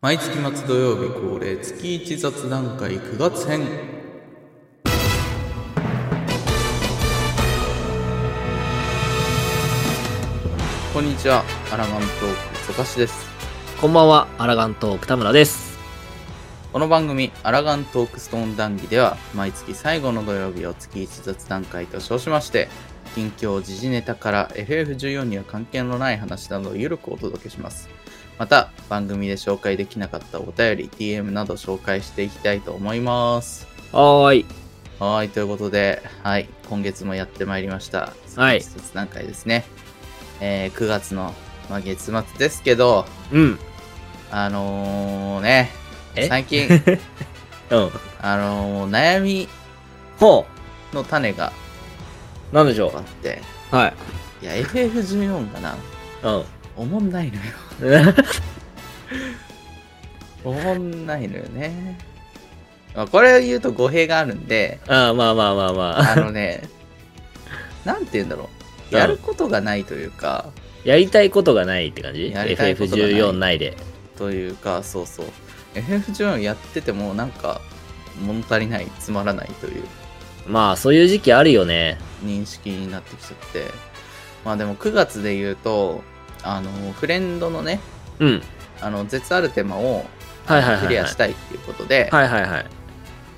毎月末土曜日恒例月1雑談会9月編こんにちはアラガントークソカシですこんばんは、アラガントーク田村です。この番組「アラガントークストーン談義」では毎月最後の土曜日を月1雑談会と称しまして近況時事ネタから FF14 には関係のない話などをゆるくお届けしますまた番組で紹介できなかったお便り DM など紹介していきたいと思いますはーい。はいということで、はい、今月もやってまいりましたはい月1雑談会ですね、えー9月の、まあ、月末ですけどうん。あのー、ねえ最近 うん。あのー悩みほの種がう。なんでしょあって、う。はい。いや、FF14 がな、うん。おもんないのよ。おもんないのよね。まあ、これを言うと語弊があるんで、ああ、まあまあまあまああ。 のね、なんて言うんだろう。うんやることがないというか、やりたいことがないって感じやりたいことがない ?FF14 ないで。というか、そうそう。FF14 やってても、なんか、物足りない、つまらないというまあ、そういう時期あるよね。認識になってきちゃって。まあでも、9月で言うと、あの、フレンドのね、うん。あの、絶アルテマをはいはいはいはいクリアしたいっていうことで、はいはいはい。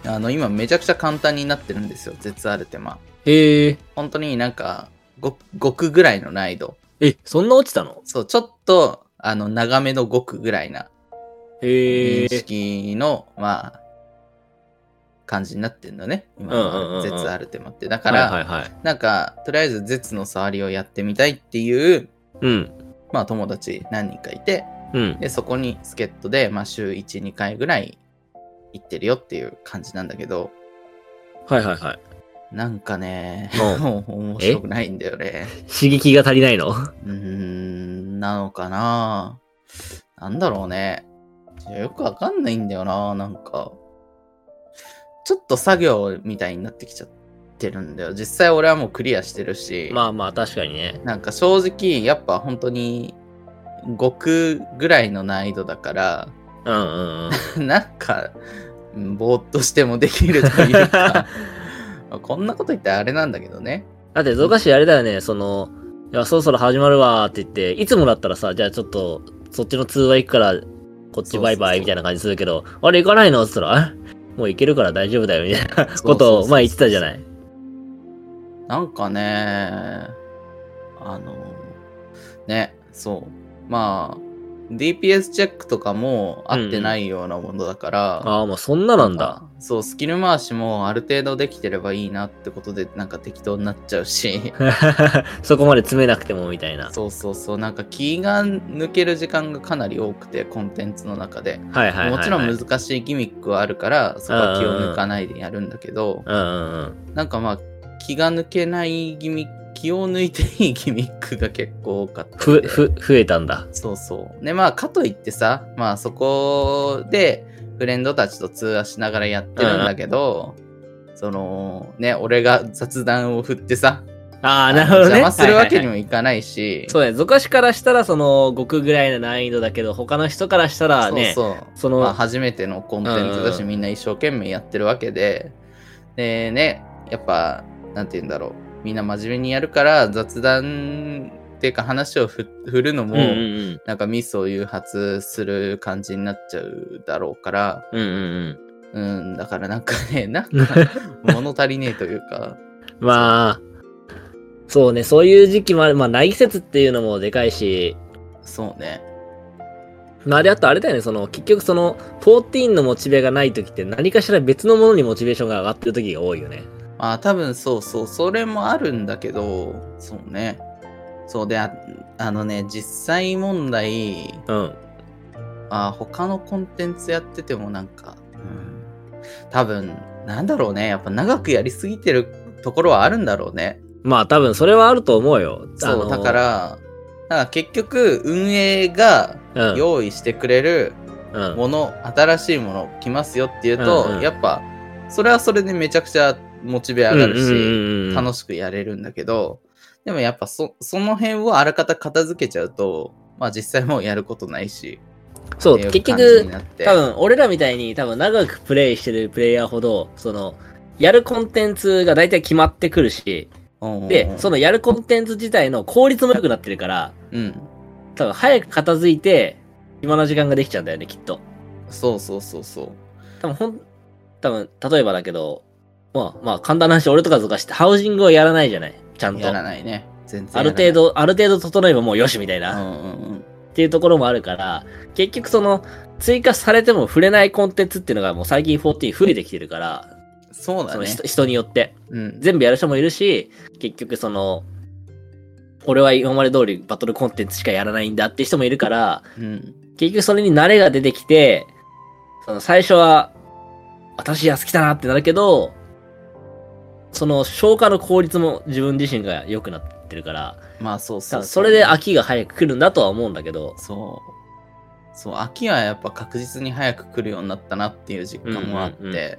あの、今めちゃくちゃ簡単になってるんですよ、絶アルテマ。へえ。本当になんかご5区ぐらいの難易度。え、そんな落ちたのそう、ちょっと、あの、長めの5区ぐらいなへ認え。識の、まあ、感じになってんだね。今うんうんうんうは、ん絶アルテマって。だから、はいはいはい。なんか、とりあえず絶の触りをやってみたいっていう、うん。まあ、友達何人かいて、うん。で、そこに助っ人で、まあ、週1、2回ぐらい行ってるよっていう感じなんだけど、はいはいはい。なんかね、うんもう 面白くないんだよね。刺激が足りないのうーん、なのかななんだろうね。よくわかんないんだよな、なんか。ちょっと作業みたいになってきちゃってるんだよ。実際俺はもうクリアしてるし、まあまあ、確かにね。なんか正直、やっぱ本当に5区ぐらいの難易度だから、うんうんう ん。なんか、うんぼーっとしてもできるという か、まあこんなこと言ったらあれなんだけどね。だって、ゾカシあれだよね、その、いや、そろそろ始まるわーって言って、いつもだったらさ、じゃあちょっと、そっちの通話行くから、こっちバイバイみたいな感じするけど、あれ行かないのっつったら、あもう行けるから大丈夫だよみたいな ことを前言ってたじゃない。なんかね、あの、ね、そう。まあ、DPS チェックとかも合ってないようなものだから、ああ、もうそんななんだ。かそう、スキル回しもある程度できてればいいなってことで、なんか適当になっちゃう し、そこまで詰めなくてもみたいな。そうそうそう、なんか気が抜ける時間がかなり多くて、コンテンツの中で。はいはいはい、はもい。ちろん難しいギミックはあるから、そこは気を抜かないでやるんだけど、うんうんうん。なんかまあ、気が抜けないギミック、気を抜いていいギミックが結構多かったんふ、で。ふ、増えたんだ。そうそう。で、まあ、かといってさ、まあ、そこで、フレンドたちと通話しながらやってるんだけど、その、ね、俺が雑談を振ってさ、あああ、のなるほどね。邪魔するわけにはいはいはいもいかないし、そうね、ゾカシからしたら、その、5区ぐらいの難易度だけど、他の人からしたらね、そうそう。その、まあ、初めてのコンテンツだうんうし、んみんな一生懸命やってるわけで、でね、やっぱ、なんて言うんだろう、みんな真面目にやるから、雑談っていうか話をふ振るのも、うんうんうん。なんかミスを誘発する感じになっちゃうだろうから、うんうんうん、だからなんか ね、なんかうん。物足りねえというか、まあ、そうね、そういう時期もある。まあ、内説っていうのもでかいし、そうね。まあ、で、あとあれだよね、その、結局その、14のモチベがない時って何かしら別のものにモチベーションが上がってる時が多いよね。まあ多分そうそう、それもあるんだけど、そうね。そうで、ああのね、実際問題、うん。まあ他のコンテンツやっててもなんか、うん、多分なんだろうねやっぱ長くやりすぎてるところはあるんだろうねまあ、多分それはあると思うよ。あそのうだか、らだから結局運営がうん。用意してくれるうんもの、新しいもの来ますよっていうと、うんうんやっぱそれはそれでめちゃくちゃモチベ上がるし、し楽ししくやれるんだけどでもやっぱそその辺をあらかた片付けちゃうとまあ実際もうやることないしい。そう、ってい結感じに局、なって多分、俺らみたいに多分長くプレイしてるプレイヤーほど、その、やるコンテンツが大体決まってくるし、うんうんうんで、そのやるコンテンツ自体の効率も良くなってるから、うん多分早く片付いて、暇な時間ができちゃうんだよね、きっと。そうそうそうそう多分ほん、多分、例えばだけど、まあ、まあ、簡単な話、俺とかとかして、ハウジングをやらないじゃないちゃんと。やらないね全然あやらるない程度、ある程度整えばもうよしみたいな、っうんうんうんていうところもあるから、結局その、追加されても触れないコンテンツっていうのがもう最近14増えてきてるから、そうだそのね人人によって。うん全部やる人もいるし、結局その、俺は今まで通りバトルコンテンツしかやらないんだって人もいるから、うん結局それに慣れが出てきて、その最初は、私は好きだなってなるけど、その消化の効率も自分自身が良くなってるから、まあそうそ多う分それで飽きが早く来るんだとは思うんだけど、そうそう秋はやっぱ確実に早く来るようになったなっていう実感もあって、うんうんうん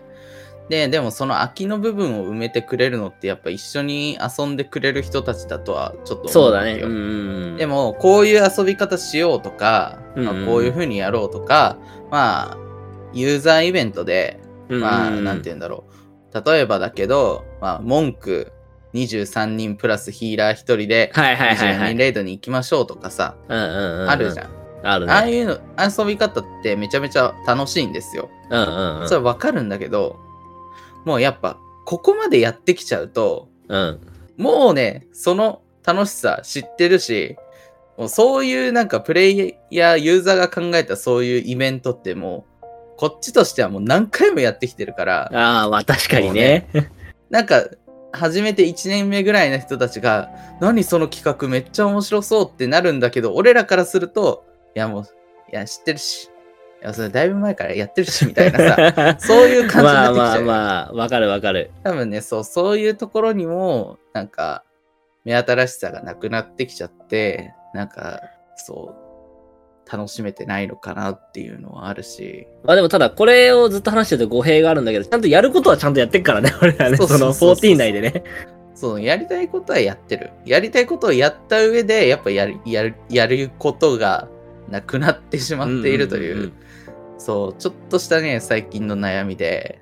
ででもその秋の部分を埋めてくれるのってやっぱ一緒に遊んでくれる人たちだとはちょっと思そうだわけね。ようんうんうん。でもこういう遊び方しようとか、うんうんまあこういう風にやろうとかまあユーザーイベントでうんうんうん、まあ、なんて言うんだろう。例えばだけど、まあ、文句23人プラスヒーラー1人で、はいはいはいは24い。人レイドに行きましょうとかさ、うんうんうんうん。あるじゃん。ん。あるああね。いうの、遊び方ってめちゃめちゃ楽しいんですよ。うんうんうん。それわかるんだけど、もうやっぱ、ここまでやってきちゃうと、うん。もうね、その楽しさ知ってるし、もうそういうなんかプレイヤー、ユーザーが考えたそういうイベントってもう、こっちとしてはもう何回もやってきてるから、ああ、まあ確かにね。なんか、初めて1年目ぐらいの人たちが、何その企画めっちゃ面白そうってなるんだけど、俺らからすると、いやもう、いや知ってるし、いやそれだいぶ前からやってるし、みたいな さ、そういう感じにまなあってきちまゃあう。まあ、わかるわかる。多分ね、そう、そういうところにも、なんか、目新しさがなくなってきちゃって、なんか、そう、楽しめてないのかなっていうのはあるし、まあでもただ、これをずっと話してると語弊があるんだけど、ちゃんとやることはちゃんとやってっからね、 俺らね。そうそそうそのうそう14内でね。そのやりたいことはやってる。やりたいことをやった上で、やっぱやる、やる、やることがなくなってしまっているという、んんん。そう、ちょっとしたね、最近の悩みで、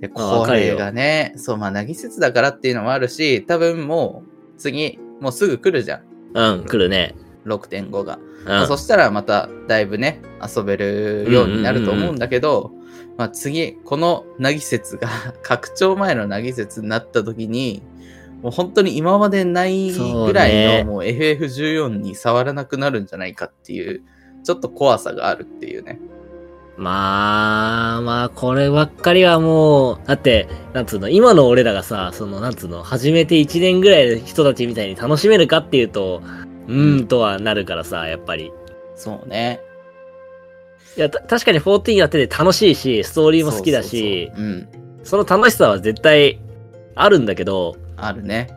で、あわこかるよれがね、そう、まあ、なぎ節だからっていうのもあるし、多分もう、次、もうすぐ来るじゃん。うん、来るね。 6.5が。うん。まあそしたらまただいぶね、遊べるようになると思うんだけど、まあ次、このなぎ説が 拡張前のなぎ説になった時に、もう本当に今までないぐらそうねいのもう FF14 に触らなくなるんじゃないかっていう、ちょっと怖さがあるっていうね。まあ、まあ、こればっかりはもう、だって、なんつうの、今の俺らがさ、その、なんつうの、始めて1年ぐらいの人たちみたいに楽しめるかっていうと、うーんとはなるからさ、やっぱり。そうね。いや、た確かに14やってて楽しいし、ストーリーも好きだし、そうそうそうその楽しさは絶対あるんだけど、うん、あるね。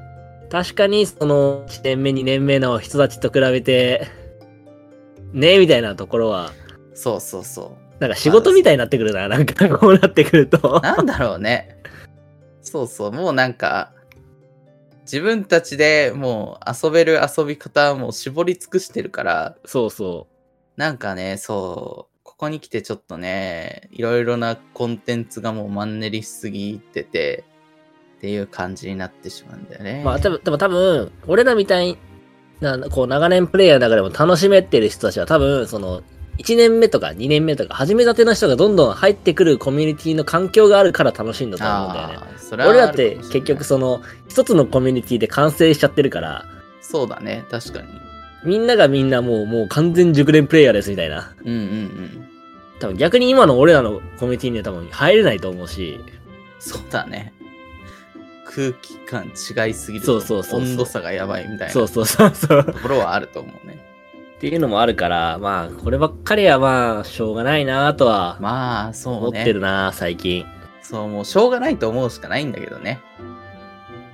確かにその1年目2年目の人たちと比べて、ねえみたいなところは、そうそうそなんか仕事みたいになってくるな、なんかこうなってくるとう。。なんだろうね。そうそう、もうなんか、自分たちでもう遊べる遊び方はもう絞り尽くしてるから、そうそなんかね、そう、ここに来てちょっとね、いろいろなコンテンツがもうマンネリしすぎてて、っていう感じになってしまうんだよね。う。まあ、多分でも多分、俺らみたいな、こう長年プレイヤーの中でも楽しめてる人たちは多分、その、1年目とか2年目とか、始めたての人がどんどん入ってくるコミュニティの環境があるから楽しいんだと思うんだよね。あーそれはあ俺るらかもっしれてない結局その、一つのコミュニティで完成しちゃってるから、そうだね、確かに。みんながみんなもう、もう完全熟練プレイヤーですみたいな。うんうんうん。多分逆に今の俺らのコミュニティには多分入れないと思うし、そうだね。空気感違いすぎる。そうそうそうそう温度差がやばいみたいなそうとそうそうそう。ころはあると思うね。っていうのもあるから、まあ、こればっかりはまあ、しょうがないなとはまあ、そ思うっね。てるな、最近。そう、もうしょうがないと思うしかないんだけどね。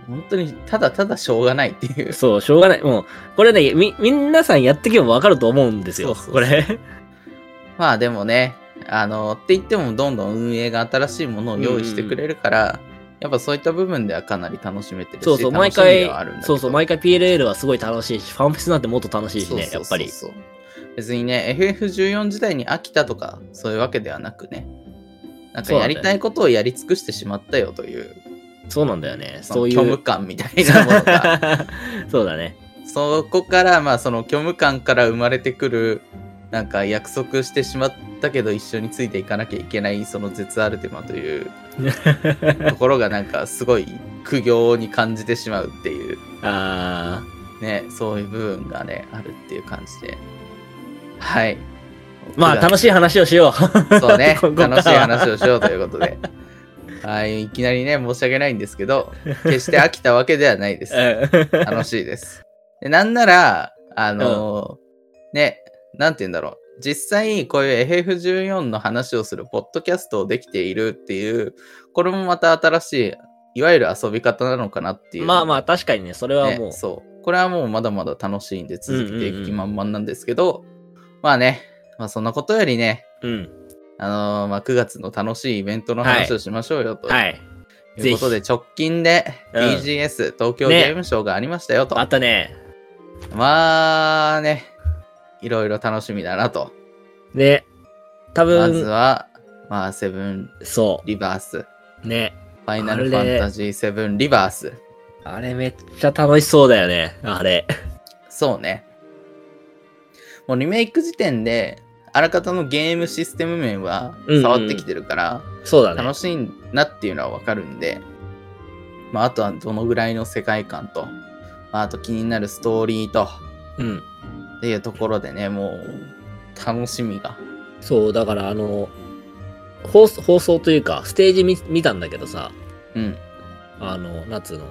本当にただただしょうがないっていう。 そう、しょうがない。もう、これね、み、みんなさんやってけばわかると思うんですそよ、うそうそうこ れ。まあでもね、あの、って言ってもどんどん運営が新しいものを用意してくれるから、やっぱそういった部分ではかなり楽しめてるし、そうそう、楽毎しみ回ではあるんだけ、どそうそう、毎回 PLL はすごい楽しいし、ファンフェスなんてもっと楽しいしね、やっぱり。そうそうそう別にね、FF14 時代に飽きたとか、そういうわけではなくね、なんかそうだやねりたいことをやり尽くしてしまったよという、そうなんだよね。そそのうい虚無う。感みたいなものが、 そうだね。そこから、まあその虚無感から生まれてくる、なんか約束してしまったけど一緒についていかなきゃいけないその絶アルテマと いうところがなんかすごい苦行に感じてしまうっていうあね、そういう部分がね、あるっていう感じで。はい。ー。まあ、楽しい話をしよう。、そうね ここからは楽しい話をしようということで。はい、いきなりね、申し訳ないんですけど、決して飽きたわけではないです。うん楽しいです。でなんなら、あのーね、なんて言うんだろう。実際、こういう FF14 の話をするポッドキャストをできているっていう、これもまた新しい、いわゆる遊び方なのかなっていう。 まあまあ、確かにね、それはねもう。そうこれはもうまだまだ楽しいんで続けていく気満々なんですけど、まあね、まあ、そんなことよりね、うん。あのーまあ、9月の楽しいイベントのはい話をしましょうよとはい。いうことで、直近でうん BGS、東京ゲねームショウがありましたよと、あったね。まあねいろいろ楽しみだなと、ね。多まず分、はまあセブンそリバースフう。ね。ァイナルあフれァンタジーセブンリバースあれめっちゃ楽しそうだよね。あれ。そうね。もうリメイク時点で、あらかたのゲームシステム面はうんうん触ってきてるから、そうだね。楽しいなっていうのはわかるんで、まあ、あとはどのぐらいの世界観と、まあ、あと気になるストーリーと、うん。っていうところでね、もう、楽しみが。そう、だからあの、放送放送というか、ステージ見見たんだけどさ、うん。あの、なんつうの。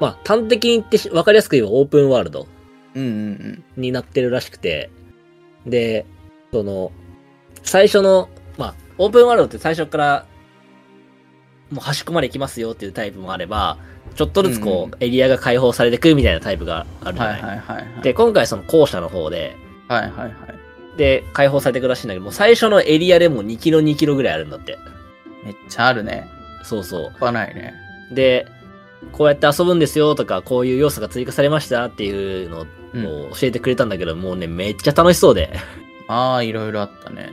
まあ、端的に言ってし、わかりやすく言えばオープンワールドうんうんになってるらしくて、で、その、最初の、まあ、オープンワールドって最初から、もう端っこまで行きますよっていうタイプもあれば、ちょっとずつこう、エリアが解放されてくみたいなタイプがあうるん。じゃはないい。はいはいはい。で、今回その校舎の方で、はいはいはい。で、解放されていくらしいんだけど、もう最初のエリアでもう2キロ2キロぐらいあるんだって。めっちゃあるね。そうそわないね。う。で、こうやって遊ぶんですよとか、こういう要素が追加されましたっていうのをうん。教えてくれたんだけど、もうね、めっちゃ楽しそうで。ああ、いろいろあったね。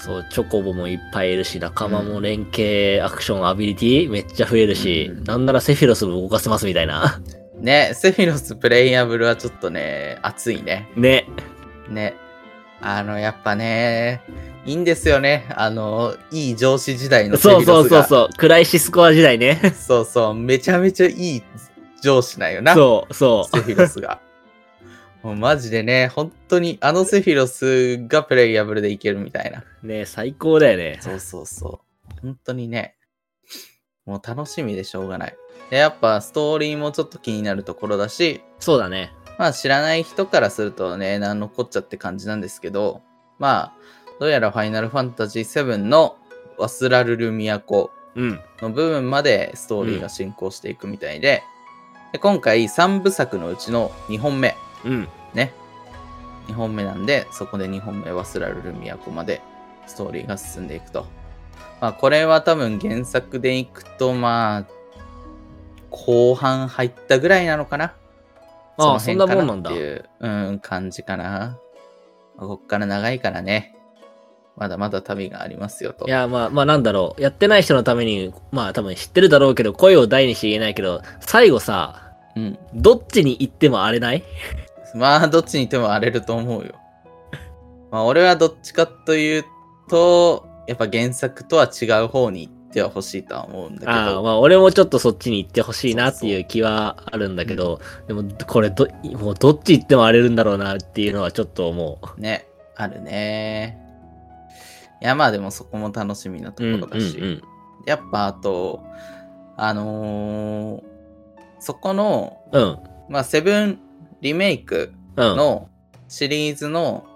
そう、チョコボもいっぱいいるし、仲間も連携、アクション、アビリティめっちゃ増えるし、うんなんならセフィロスも動かせますみたいな。ね、セフィロスプレイヤブルはちょっとね、熱いね。ね。ね。あの、やっぱね、いいんですよね。あの、いい上司時代のセそうフィそロうスそうが。うそう。クライシスコア時代ね。そう。そうそう、めちゃめちゃいい上司なんよな。そうそセフィロスが。もうマジでね、本当にあのセフィロスがプレイヤブルでいけるみたいな。う。ね最高だよね。そうそうそう。本当にね、もう楽しみでしょうがない。で、やっぱストーリーもちょっと気になるところだし、そうだね。まあ知らない人からするとね、なんのこっちゃって感じなんですけど、まあ、どうやらファイナルファンタジー7の忘らるる都うん。の部分までストーリーが進行していくみたいで、で今回3部作のうちの2本目、うん。ね。2本目なんで、そこで2本目忘らるる都までストーリーが進んでいくと。まあこれは多分原作でいくと、まあ、後半入ったぐらいなのかな。ああ、そそんのな辺もんかっなんだ。ていう、うん、感じかな。まあこっから長いからね。まだまだ旅がありますよと。いや、まあ、まあなんだろう。やってない人のために、まあ多分知ってるだろうけど、声を大にして言えないけど、最後さ、うん。どっちに行っても荒れないまあ、どっちにいても荒れると思うよ。 まあ、俺はどっちかというと、やっぱ原作とは違う方に行ってはほしいとは思うんだけど。ああ、まあ俺もちょっとそっちに行ってほしいなっていう気はあるんだけど、でもこれど、もうどっち行っても荒れるんだろうなっていうのはちょっと思う。ね、あるね。いや、まあでもそこも楽しみなところだし。うんやっぱあと、あのーそこの、うんうん。まあ、セブンリメイクうん。うん。のシリーズの、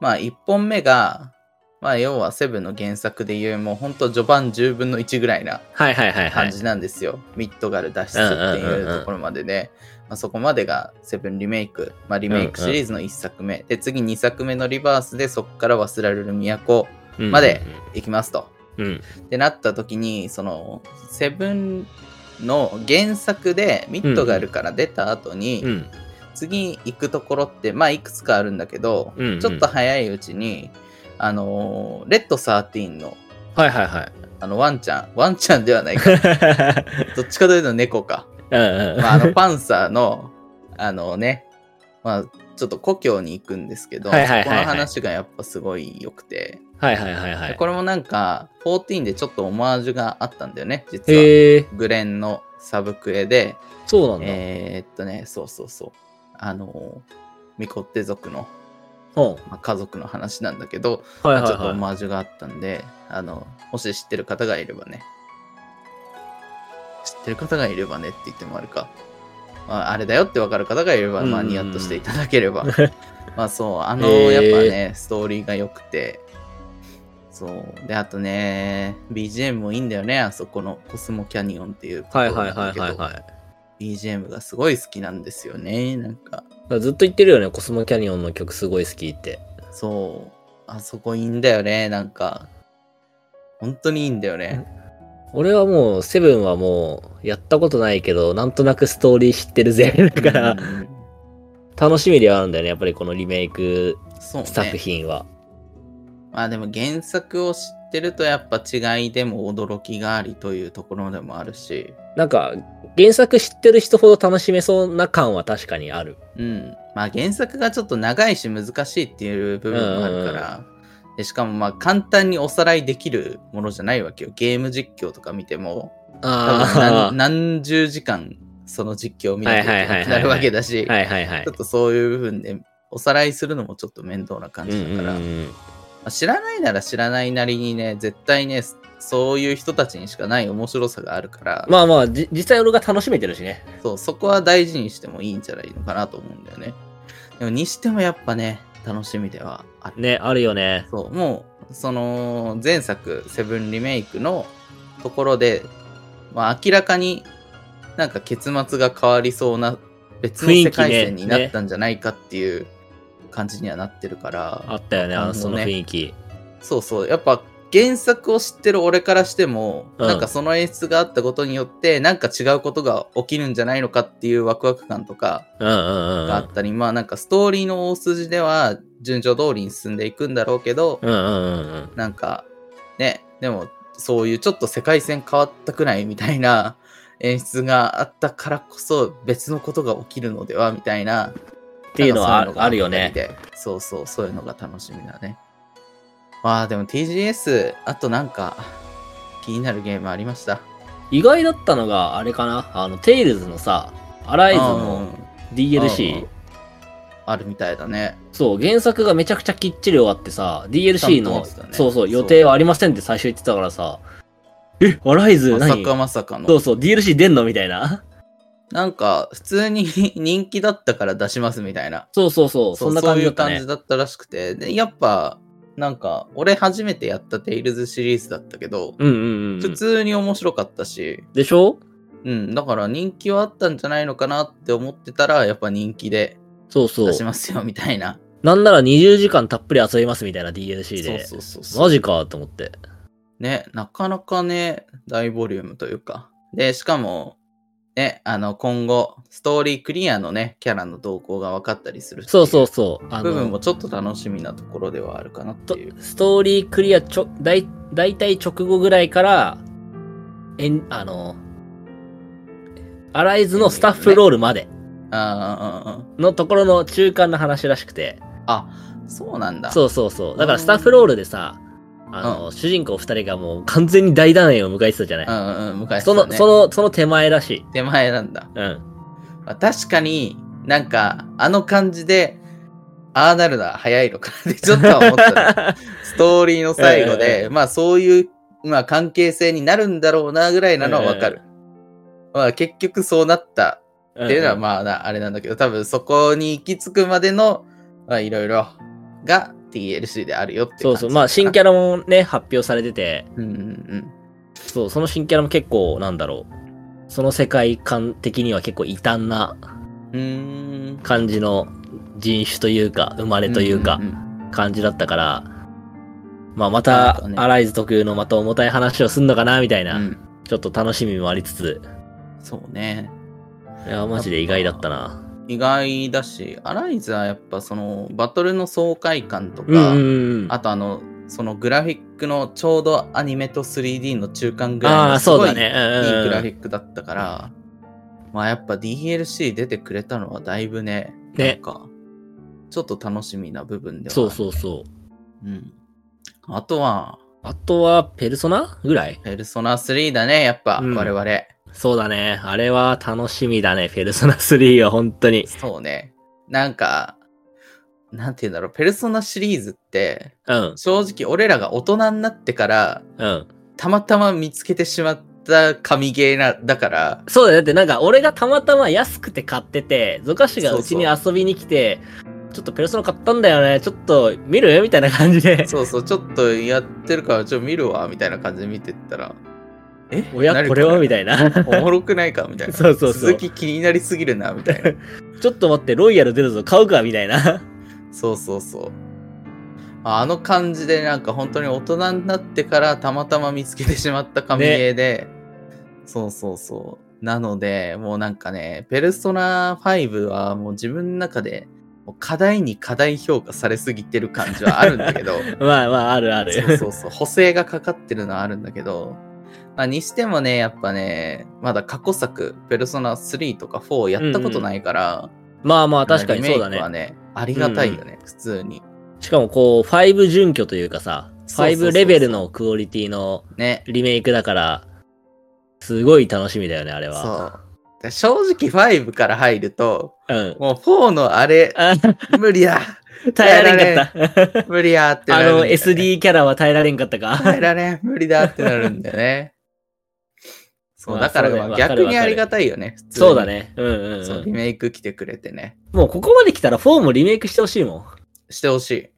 まあ、1本目が、まあ、要はセブンの原作でいう、もう本当序盤10分の1ぐらいなはいはいはいは感い。じなんですよ。ミッドガル脱出ってうんうんいうんううんところまでで、まあ、そこまでがセブンリメイク、まあ、リメイクシリーズの1作目、で、次2作目のリバースで、そこから忘れられる都まで行きますと。うん。うん。ってなった時にそのセブンの原作でミッドガルから出た後に、うん。次行くところって、まあ、いくつかあるんだけど、うんうんちょっと早いうちに、あのーレッド13の、はいはいはい。 あの、ワンちゃん、ワンちゃんではないか、どっちかというと猫か。うんうん。まあ、あの、パンサーの、あのね、まあ、ちょっと故郷に行くんですけど、はいはいはいはいそこの話がやっぱすごい良くて、はいはいはいはい。これもなんか、14でちょっとオマージュがあったんだよね、実は。へえ、グレンのサブクエで、そうなんだ。えーっとね、そうそうそう。あの、ミコッテ族の、ほまあ、家族の話なんだけど、うはいはいちょっとオはマージュがあったんで、あの、もし知ってる方がいればね、知ってる方がいればねって言ってもあるか、まあ、あれだよってわかる方がいれば、まあ、うんうんうんニヤッとしていただけれ ば、まあそう、あの、へやっーぱね、ストーリーが良くて、そう、で、あとね、BGM もいいんだよね、あそこのコスモキャニオンっていうとこい。はろいはないはんだいけど。はいはい。 BGM がすごい好きなんですよね。なんか、だからずっと言ってるよね、コスモキャニオンの曲すごい好きって。そう、あそこいいんだよね。なんか、本当にいいんだよね。俺はもう、セブンはもう、やったことないけど、なんとなくストーリー知ってるぜ。だから、うん楽しみではあるんだよね、やっぱりこのリメイクそう作ね。品は。まあでも原作を知ってるとやっぱ違いでも驚きがありというところでもあるし、なんか、原作知ってる人ほど楽しめそうな感は確かにある。うん。まあ原作がちょっと長いし難しいっていう部分もあるから、でしかもまあ簡単におさらいできるものじゃないわけよ。ゲーム実況とか見ても、多分あ何何十時間その実況を見なきゃいけなくないははいはいはいるわけだし、あ。はいはいはいちょっ。とそういう部分でおさらいするのもちょっと面倒な感うんじだうかんら、うまんあ知らないなら知らないなりにね絶対ねそういう人たちにしかない面白さがあるから、まあまあ、じ実際俺が楽しめてるしね。そうそこは大事にしてもいいんじゃないのかなと思うんだよねでもにしてもやっぱね楽しみではある、ね、あるよね。そうもうその前作「セブンリメイク」のところで、まあ、明らかになんか結末が変わりそうな別の世界雰囲気線ねになったんじゃないかっていう感じにはなってるから、あったよね、ああのの、ねその雰囲気。そうそう。やっぱ原作を知ってる俺からしても、うんなんかその演出があったことによって、なんか違うことが起きるんじゃないのかっていうワクワク感とかうんうんうんうん。があったり、まあなんかストーリーの大筋では順調通りに進んでいくんだろうけど、うんうんうんうん。なんかね、でもそういうちょっと世界線変わったくないみたいな演出があったからこそ別のことが起きるのではみたいな。っていうのはあなんかそういあるよね。があったりで。そうそう、そういうのが楽しみだね。まあでも TGS、あとなんか気になるゲームありました。意外だったのが、あれかなあの、テイルズのさ、アライズうのうん DLC。あるみたいだね。そう、原作がめちゃくちゃきっちり終わってさ、ちゃ DLC の、んと持ってたねそうそ、そうう予定はありませんって最初言ってたからさ、え、アライズまさ何かまさかそうの。そう、DLC 出んのみたいな。 なんか普通に 人気だったから出しますみたいな。そうそうそう、そんな感じだったそういうね感じ。だったらしくて。で、やっぱ、なんか、俺初めてやったテイルズシリーズだったけど、うんうんうんう普ん。通に面白かったし、でしょうん、だから人気はあったんじゃないのかなって思ってたら、やっぱ人気でそうそう出し。ますよみたいな。なんなら20時間たっぷり遊びますみたいな DLC そうで。そうそうそう。マジかと思って。ね、なかなかね、大ボリュームというか。で、しかも、ね、あの、今後、ストーリークリアのね、キャラの動向が分かったりするっていそうそうそう。あ部分もちょっと楽しみなところではあるかなってという。ストーリークリアちょ、だい、だいたい直後ぐらいから、えん、あの、アライズのスタッフロールまであーあーあのところの中間の話らしくて。ーあー、そうなんだ。そうそうそう。だからスタッフロールでさ、あの、主人公二人がもう完全に大団円を迎えてたじゃない、うんうん、昔、ね、その、その、その手前らしい。手前なんだ。うん。まあ、確かになんかあの感じでああなるのは早いのかなってちょっとは思ったのストーリーの最後えええで、まあそういう、まあ、関係性になるんだろうなぐらいなのはわかる、まあ、結局そうなったっていうのはあ、まあなあれなんだけど多分そこに行き着くまでのまあいろいろが TLC であるよってそうそう。まあ、新キャャラもね、発表されてて、ラうんうんうんそう、その新キャラも結構、なんだろう。その世界観的には結構異端なうーん感じの人種というか、生まれというかん、ん感じだったから、まあまなんたか、ねアライズ特有のまた重たい話をすんのかな、みたいうんな、うんちょっと楽しみもありつつ、そうねいや、マジで意外だったな。意外だし、アライズはやっぱそのバトルの爽快感とか、うんうんうん。あとあの、そのグラフィックのちょうどアニメと 3D の中間ぐらいああのー、すそうごいいだいグね。うんうんうんラフィックだったから、まあやっぱ DLC 出てくれたのはだいぶね、ねなんか、ちょっと楽しみな部分ではあるそうそうそう。うん。あとは、あとは、ペルソナぐらいペルソナ3だね、やっぱ、うん我々。そうだね。あれは楽しみだね。ペルソナ3は本当に。そうね。なんか、なんて言うんだろう、ペルソナシリーズって、うん、正直俺らが大人になってから、うん。たまたま見つけてしまった神ゲーな、だから、そうだよ。だってなんか、俺がたまたま安くて買ってて、ゾカシがそううそちうに遊びに来て、ちょっとペルソナ買ったんだよね。ちょっと見るみたいな感じで。 そうそう、ちょっとやってるから、ちょっと見るわ、みたいな感じで見てったら、えおや、これはみいたいな。な。おもろくないかみたいな。 そうそうそう続き気になりすぎるな、みたいな。ちょっと待って、ロイヤル出るぞ、買うかみたいな。 そうそうそう。ああの感じでなんか本当に大人になってからたまたま見つけてしまった神ゲーで、そうそうそう。なので、もうなんかね、ペルソナ5はもう自分の中でもう課題に課題評価されすぎてる感じはあるんだけど、まあまあ、あるある。そうそうそう、補正がかかってるのはあるんだけど、まあ、にしてもね、やっぱね、まだ過去作、ペルソナ3とか4をやったことないから、まあまあ、確かにそうだリメイクはね。ね、ありがたいよね、普通に。しかもこう、5準拠というかさ、そうそうそうそう5レベルのクオリティのね。リメイクだから、すごい楽しみだよね、あれは。そう。で正直5から入ると、 うん。もう4のあ れ、あ無理や、耐えられんかった。無理やってなあるんだよの、ね SD キャラは耐えられんかった か。耐えられん、無理だってなるんだよね。そう、まあだからそうだまよあわかる逆にわかるありがたいよね、普通にそうだ。ね。うんうん、そう、うリん。メイク来てくれてね。もうここまで来たら4もリメイクしてほしいもん。してほしい。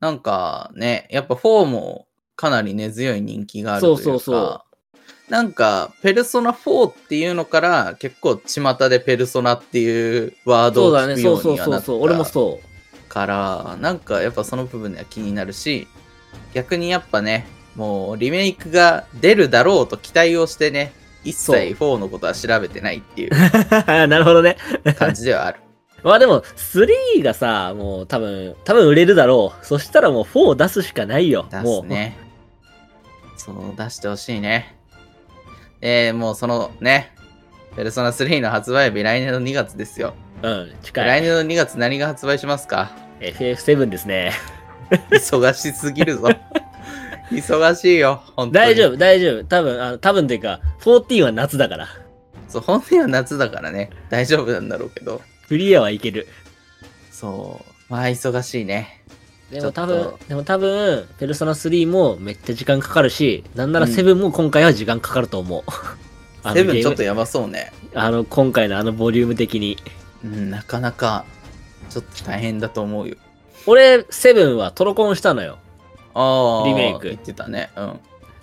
なんかね、やっぱ4もかなり根強い人気があるというか。そうそうそなんか、ペルソナ4っていうのから結構巷でペルソナっていうワードそうをだ聞ね、くそよううそうにはそなうっそう。俺もたそから、なんかやっぱその部分では気になるし、逆にやっぱね、もうリメイクが出るだろうと期待をしてね、一切そう4のことは調べてないっていうう。 なるほどね。感じではある。まあでも、3がさ、もう多分、多分売れるだろう。そしたらもう4を出すしかないよ。出もすう。ね。 そう、出してほしいね。えー、もうそのね、ペルソナ3の発売日、来年の2月ですよ。うん、近来い。年の2月何が発売しますか FF7 ですね。忙しすぎ るぞ。忙しいよ、本当に。大丈夫、大丈夫。多分、あの多分というか、14は夏だから。そう、本音は夏だからね、大丈夫なんだろうけど。クリアはいける。そう、まあ忙しいね。でもちょ多っと分、でも多分、ペルソナ3もめっちゃ時間かかるし、なんならうん7も今回は時間かかると 思う。あのセブゲンーちょっムとやばそうね。あの、今回のあのボリューム的に。うん、なかなか、ちょっと大変だと思うよ。俺、7はトロコンしたのよ。ああ、リメイク言ってたね。うん。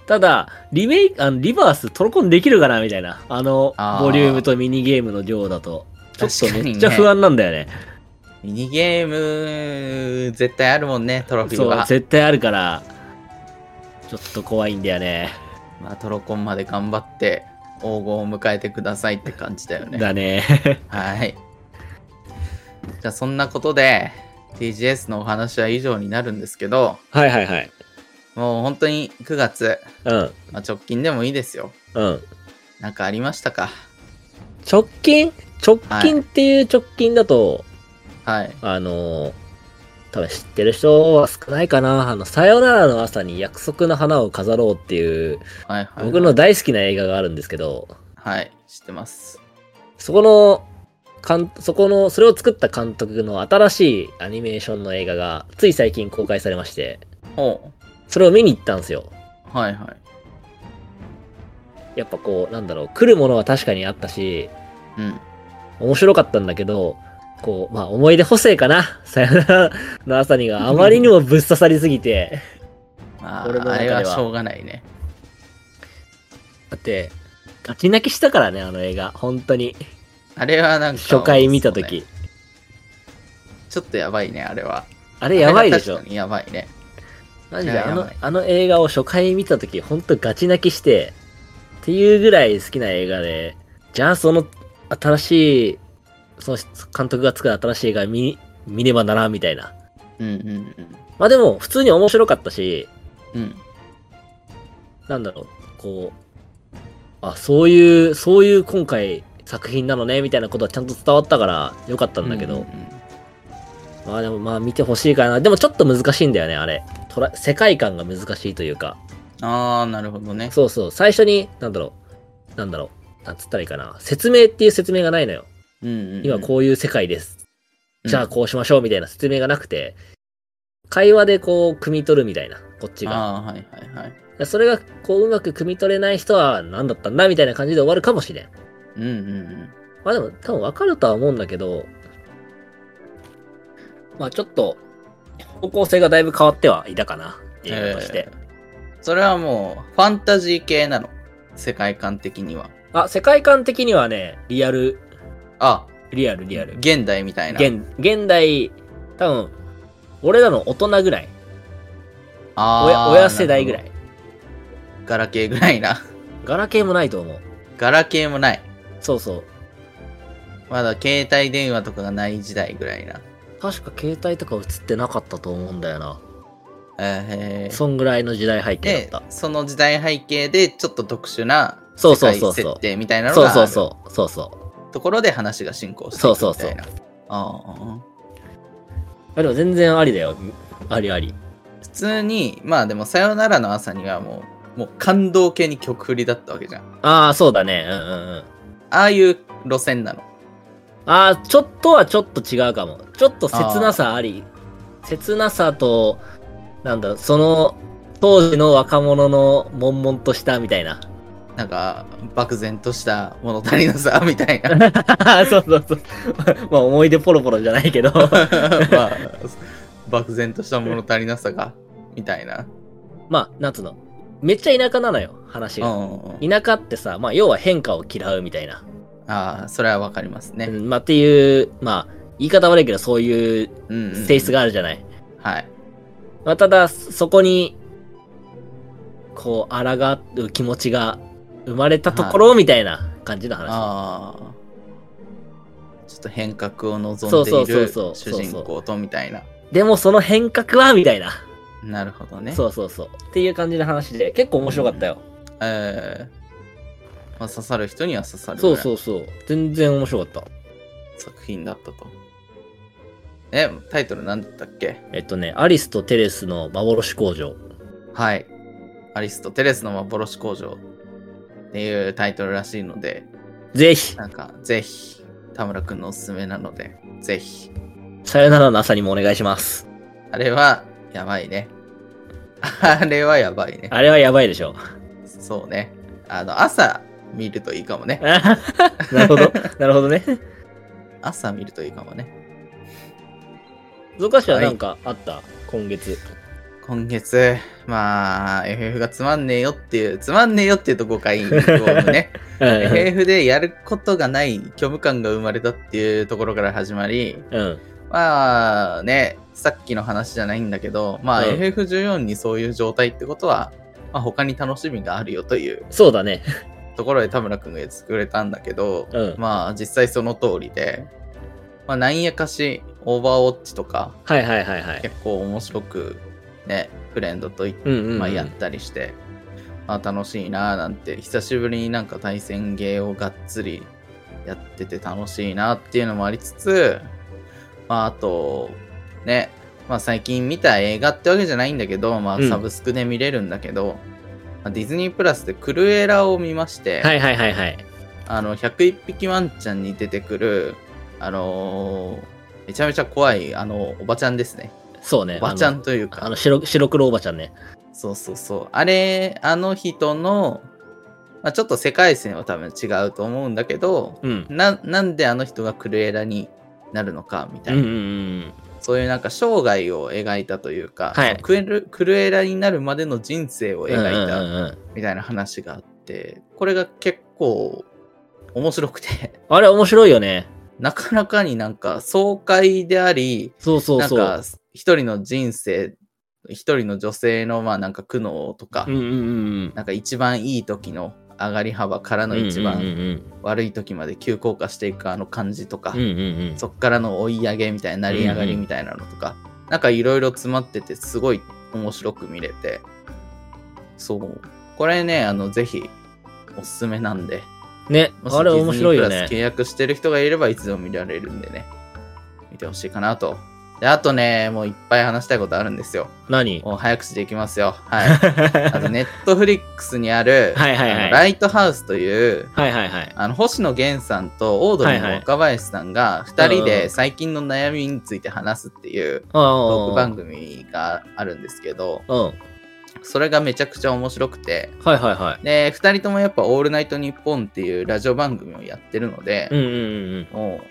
ただ、リメイク、あの、リバーストロコンできるかなみたいな。あのあ、ーボリュームとミニゲームの量だと。ちょっと確かにねめっちゃ不安なんだよね。ミニゲーム、絶対あるもんね、トロフィーそうは、。絶対あるから、ちょっと怖いんだよね。まあ、トロコンまで頑張って、黄金を迎えてくださいって感じだよね。だね。はい。じゃあ、そんなことで、TGS のお話は以上になるんですけど、はいはいはい。もう本当に9月、うん、まあ、直近でもいいですよ。うん。なんかありましたか直近直近っていう直近だと、はい。あのー、多分知ってる人は少ないかな。あの、さよならの朝に約束の花を飾ろうっていう、はいはい。僕の。大好きな映画があるんですけど、はい、知ってます。そこの、かんそこの、それを作った監督の新しいアニメーションの映画が、つい最近公開されまして、ほそれを見に行ったんですよ。う。はいはい。やっぱこう、なんだろう、来るものは確かにあったし、うん。面白かったんだけど、こう、まあ思い出補正かな。 さよならの朝にがあまりにもぶっ刺さりすぎて、まあ、俺の中あでれははしょうがないね。だって、ガチ泣きしたからね、あの映画。本当に。あれはなんか、初回見たとそうねき。ちょっとやばいね、あれは。あれやばいでしょ確。かにやばいね。マジいでやあやのばい、あの映画を初回見たとき、ほんとガチ泣きして、っていうぐらい好きな映画で、じゃあその新しいその監督が作る新しい映画見、見ねばならんみたいな。うんうんうんまあでも、普通に面白かったし、うんなんだろう、こう、あ、そういう、そういう今回作品なのね、みたいなことはちゃんと伝わったから、よかったんだけど、うんうんうんまあでもまあ見てほしいかな。でもちょっと難しいんだよね、あれ。とら世界観が難しいというか。ああなるほどねそうそう、最初に、なんだろう、なんだろう、なんつったらいいかな。説明っていう説明がないのよ。うんうんうん今こういう世界です。うんじゃあこうしましょう、みたいな説明がなくて、会話でこう、汲み取るみたいな、こっちが。ああはいはいはいそれがこう、うまく汲み取れない人は、何だったんだ、みたいな感じで終わるかもしれん。うんうんまあでも多分分かるとは思うんだけど、まあちょっと方向性がだいぶ変わってはいたかな、映画として。えーそれはもうファンタジー系なの世界観的にはあ、世界観的にはね、リアル、あリアル、リアル。現代みたいな現、現代、多分、俺らの大人ぐらい、あー親親世代ぐらなるい。ほどガラケーぐらいな ガラケーもないと思う。ガラケーもないそうそう。まだ携帯電話とかがない時代ぐらいな確か携帯とか映ってなかったと思うんだよな。えー、そんぐらいの時代背景でだった。その時代背景でちょっと特殊なそうそう世そう界そう設。定みたいなのそうがそうあそう。そうそう。るところで話が進行してそういくそうみそたいうなあああでも全然ありだよ。ありあり。普通にまあでも「さよならの朝」にはもうもう感動系に曲振りだったわけじゃんああ、そうだね。うんうんうん。ああいう路線なのああ、ちょっとはちょっと違うかも。ちょっと切なさあり。切なさと、なんだろう、その、当時の若者の悶々としたみたい な。なんか漠然とした物足りなさみたい なまそうそうそう。 まあ思い出ポロポロじゃないけど。 あ漠然とした物足りなさがみたいなまあ、なんつうの。めっちゃ田舎なのよ、話うが。んうんうん田舎ってさ、まあ要は変化を嫌うみたいな。ああそれはわかりますうねんまあっていう、まあ、言い方悪いけどそういううんうんうん性質があるじゃない。はいまあ、ただ、そこに、こう、抗う気持ちが生まれたところみたいな感じの話。ああちょっと変革をそ望うんそうでいそうるそう主人公とみたいなでも、その変革はみたいな。なるほどねそうそうそう。っていう感じの話で、結構面白かったよ。えーまあ、刺さる人には刺さるぐそらういそうそう。全然面白かった。作品だったと。え、タイトル何だったっけえっとね、アリスとテレスの幻工場。はい。アリスとテレスの幻工場っていうタイトルらしいので、ぜひ、なんかぜひ、田村くんのおすすめなので、ぜひ。さよならの朝にもお願いします。あれは、やばいね。 あれはやばいね。あれはやばいでしょ。 そうね。あの、朝見るといいかもね。なるほど。なるほどね。朝見るといいかもね。ゾカシはなんかあった、今月。今月、まあ、FF がつまんねえよっていう、つまんねえよっていうと誤解を生むね。FF でやることがない虚無感が生まれたっていうところから始まり、うん。まあね、さっきの話じゃないんだけど、まあうん FF14 にそういう状態ってことは、まあ、他に楽しみがあるよというそうだね。ところで田村くんが言ってくれたんだけど、うん。まあ実際その通りで、まあなんやかしオーバーウォッチとかはいはいはいはい。結構面白くね、フレンドというんうん、うん。まあ、やったりして、あ楽しいなーなんて久しぶりになんか対戦ゲーをがっつりやってて楽しいなっていうのもありつつ、まあ、あとね、まあ、最近見た映画ってわけじゃないんだけど、まあ、うんサブスクで見れるんだけど、まあディズニープラスでクルエラを見まして、はいはいはいはい。あの101匹ワンちゃんに出てくるあのーめちゃめちゃ怖いあのおばちゃんですねそうね。おばちゃあのんというかあの白白黒おばちゃんね。そうそうそう。あれ、あの人の、まあ、ちょっと世界線は多分違うと思うんだけど、うん。ななんであの人がクルエラになるのかみたういんな、うんうん。そういうなんか生涯を描いたというか、はいそのクエルクルエラになるまでの人生を描いうんたうんうんみたいな話があって、これが結構面白くて、 あれ面白いよね。なかなかになんか爽快であり、そうそうそう。なんか一人の人生、一人の女性のまあなんか苦悩とか、うんうんうんうん。なんか一番いい時の上がり幅からの一うんう番ん悪い時まで急降下していくあの感じとか、うんうんうんうんそっからの追い上げみたいな成り上がりみたいなのとか、なんかいろいろ詰まっててすごい面白く見れてそうこれねあのぜひおすすめなんでねもしあれ面白いデよィねズニープラス契約してる人がいればいつでも見られるんでね見てほしいかなとであとねもういっぱい話したいことあるんですよ何もう早口でいきますよはい あとネットフリックスにあるはいはいはいあのライトハウスというはいはいはいあの星野源さんとオードリーはいのはい若林さんが2人うんうでん最近の悩みについて話すっていうトートク番組があるんですけどうんそれがめちゃくちゃ面白くてはいはいはで2人ともやっぱ「オールナイトニッポン」っていうラジオ番組をやってるのいうんで、うんうんもう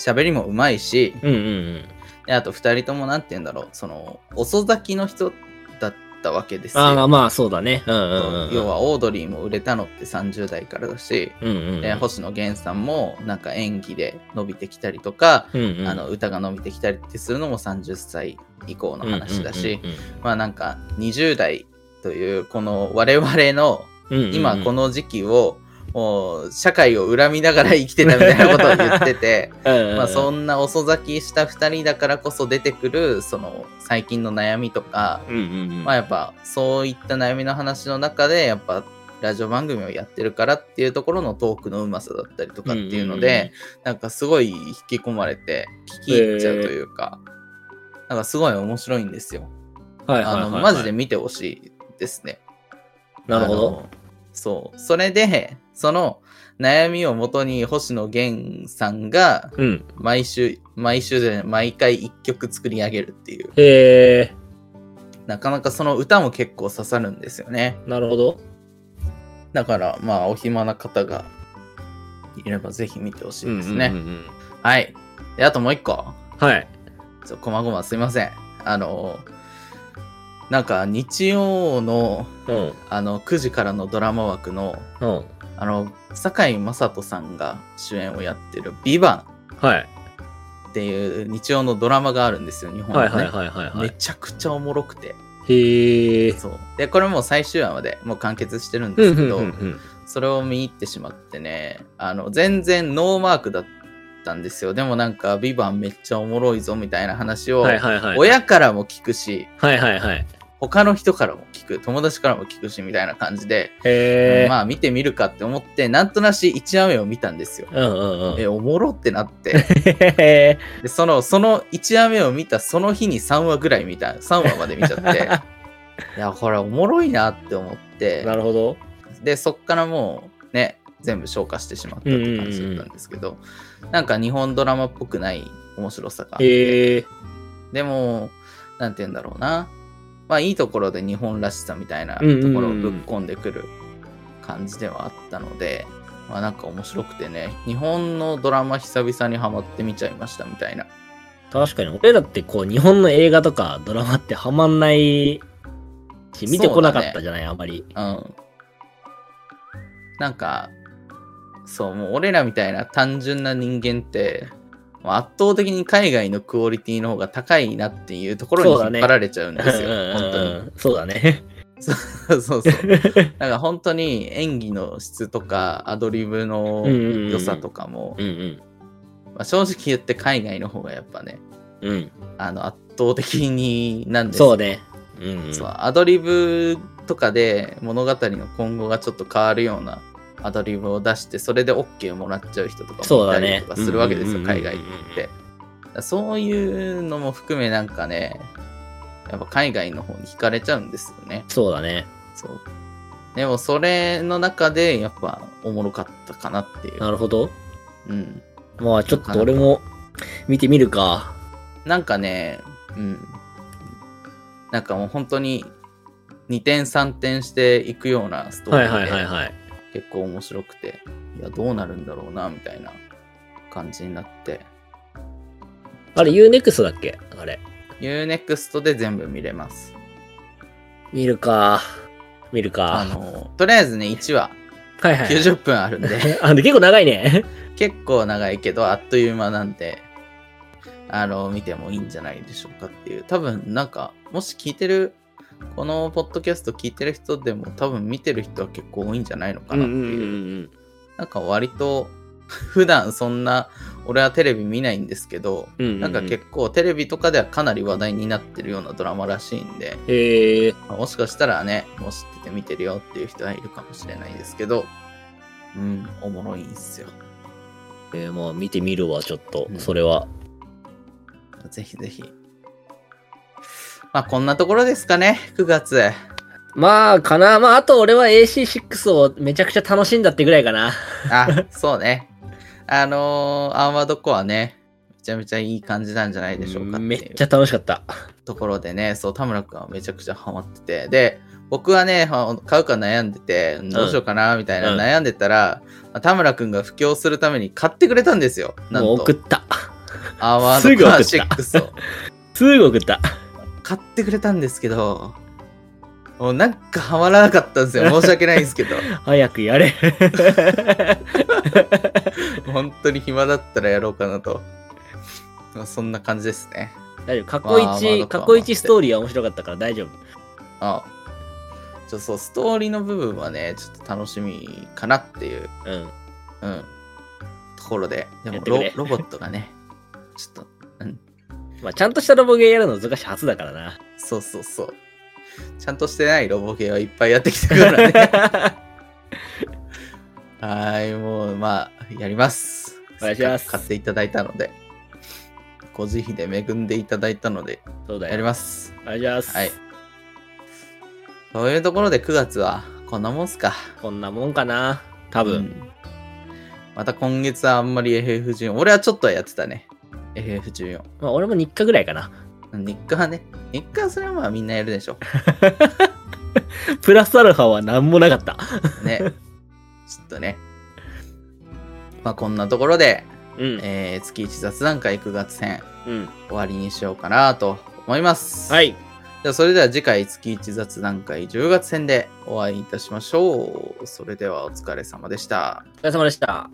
喋りもうまいしうんうんうんであと2人とも何て言うんだろうその遅咲きの人だったわけですよ。ああまあそうだねうんうんうんうん要はオードリーも売れたのって30代からだし、うんうんえー星野源さんもなんか演技で伸びてきたりとか、うんうんあの歌が伸びてきたりってするのも30歳以降の話だし、うんうんうんまあなんか20代というこの我々のうんうんうん今この時期をもう社会を恨みながら生きてたみたいなことを言って てままあそんな遅咲きした2人だからこそ出てくるその最近の悩みとかうんうんうんまあやっぱそういった悩みの話の中でやっぱラジオ番組をやってるからっていうところのトークのうまさだったりとかっていうので、なんかすごい引き込まれて聞き入っちゃうというか、なんかすごい面白いんですよ。うんうんはいはいあはいのはいマジで見てほしいですね。なるほあどの。そう。それでその悩みをもとに星野源さんがうん毎週毎週で毎回1曲作り上げるっていうへえなかなかその歌も結構刺さるんですよね。なるほどだから、まあ、お暇な方がいればぜひ見てほしいですね。うんうんうんうんはい。で、あともう一個。はいちょ、こまごますいません。あの、なんか、日曜の、うんあの、9時からのドラマ枠の、うんあの、堺井雅人さんが主演をやってる、ビバはいンっていう日曜のドラマがあるんですよ、日本の、はね。いはいはいはいはめちゃくちゃおもろくて。いへえそう。で、これもう最終話までもう完結してるんですけど、んそれを見入ってしまってね、あの、全然ノーマークだったんですよ。でもなんか、ビバンめっちゃおもろいぞみたいな話を、はいはいはい親からも聞くし、はいはいはい他の人からも聞く、友達からも聞くし、みたいな感じで、へえまあ見てみるかって思って、なんとなし1話目を見たんですよ。うんうんうんえ、おもろってなって、 へでその、その1話目を見たその日に3話ぐらい見た、3話まで見ちゃ って、いや、これおもろいなって思ってえ、なるほどでそっからもうね全部消化してしまったって感じだったんですけど、なんか日本ドラマっぽくない面白さがあってへえでもなんて言うんだろうなまあいいところで日本らしさみたいなとうんうんうんころをぶっ込んでくる感じではあったので、まあなんか面白くてね日本のドラマ久々にハマって見ちゃいましたみたいな確かに俺らってこう日本の映画とかドラマってハマんないし見てこなかったじゃない、あまりうんなんかそうもう俺らみたいな単純な人間ってもう圧倒的に海外のクオリティの方が高いなっていうところにそうだ引ねっ張られちゃうんうでんうすよ、ん本当に うんそうだねそうそうなんか本当に演技の質とかアドリブのうんうんうん良さとかも、うんうんまあ、正直言って海外の方がやっぱねうんあの圧倒的になんですよそうねうんうんそうアドリブとかで物語の今後がちょっと変わるようなアドリブを出してそれで OK もらっちゃう人とかそもういただりねとかするわけですうよんうんうんうん海外ってだからそういうのも含めなんかねやっぱ海外の方に惹かれちゃうんですよねそうだねそうでもそれの中でやっぱおもろかったかなっていうなるほどうんまあちょっと俺も見てみるかなんかねうんなんかもう本当に2点3点していくようなストーリはーいで、はいはいはい結構面白くていやどうなるんだろうなみたいな感じになってあれ UNEXT だっけあれ UNEXT で全部見れます見るか見るあかのとりあえずね1話はいはい90分あるんで あの結構長いね結構長いけどあっという間なんであの見てもいいんじゃないでしょうかっていう多分なんかもし聞いてるこのポッドキャスト聞いてる人でも多分見てる人は結構多いんじゃないのかうんなうってんうんいうう。んなんか割と 普段そんな俺はテレビ見ないんですけど、うんうん。なんか結構テレビとかではかなり話題になってるようなドラマらしいんで、えー、まあもしかしたらね、もう知ってて見てるよっていう人はいるかもしれないですけど、うん、おもろいんすよ。えー、まあ見てみるわ、ちょっとう、んそれは。ぜひぜひ。まあこんなところですかね、9月。まあ、かな。まあ、あと俺は AC6 をめちゃくちゃ楽しんだってぐらいかな。あ、そうね。あのーアーマードコアね、めちゃめちゃいい感じなんじゃないでしょうかってめいっうちゃ楽しかった。ところでね、そう、田村くんはめちゃくちゃハマってて、で、僕はね、あ買うか悩んでて、どうしようかな、みたいなうん悩んでたら、田村くんが布教するために買ってくれたんですよ。なんもうと送、った。アーマードコアすぐ送った6を。すぐ送った。買ってくれたんですけど、もうなんかハマらなかったんですよ。申し訳ないんですけ ど。早くやれ。本当に暇だったらやろうかなと。まあそんな感じですね。大丈夫。過去まあまあ一、過去一ストーリーは面白かったから大丈夫。あちょそう、ストーリーの部分はね、ちょっと楽しみかなっていう、うん。うん、ところで。でやもってくロれ、ロボットがね、ちょっと、まあ、ちゃんとしたロボゲーやるの難しい初だからな。そうそうそう。ちゃんとしてないロボ系はいっぱいやってきたから ね。 はーい、もう、まあ、やります。お願いします買っていただいたので、ご慈悲で恵んでいただいたので、そうだよ。やります。お願いします。はい。そういうところで9月はこんなもんすか。こんなもんかな。多多分。また今月はあんまり FF14。俺はちょっとはやってたね。FF14。まあ、俺も日課ぐらいかな。日課はね。日課はそれはまあみんなやるでしょ。プラスアルファは何もなかった。ね。ちょっとね。まあこんなところで、うん。えー月1雑談会9月編うん。終わりにしようかなと思います。はい。じゃあそれでは次回月1雑談会10月編でお会いいたしましょう。それではお疲れ様でした。お疲れ様でした。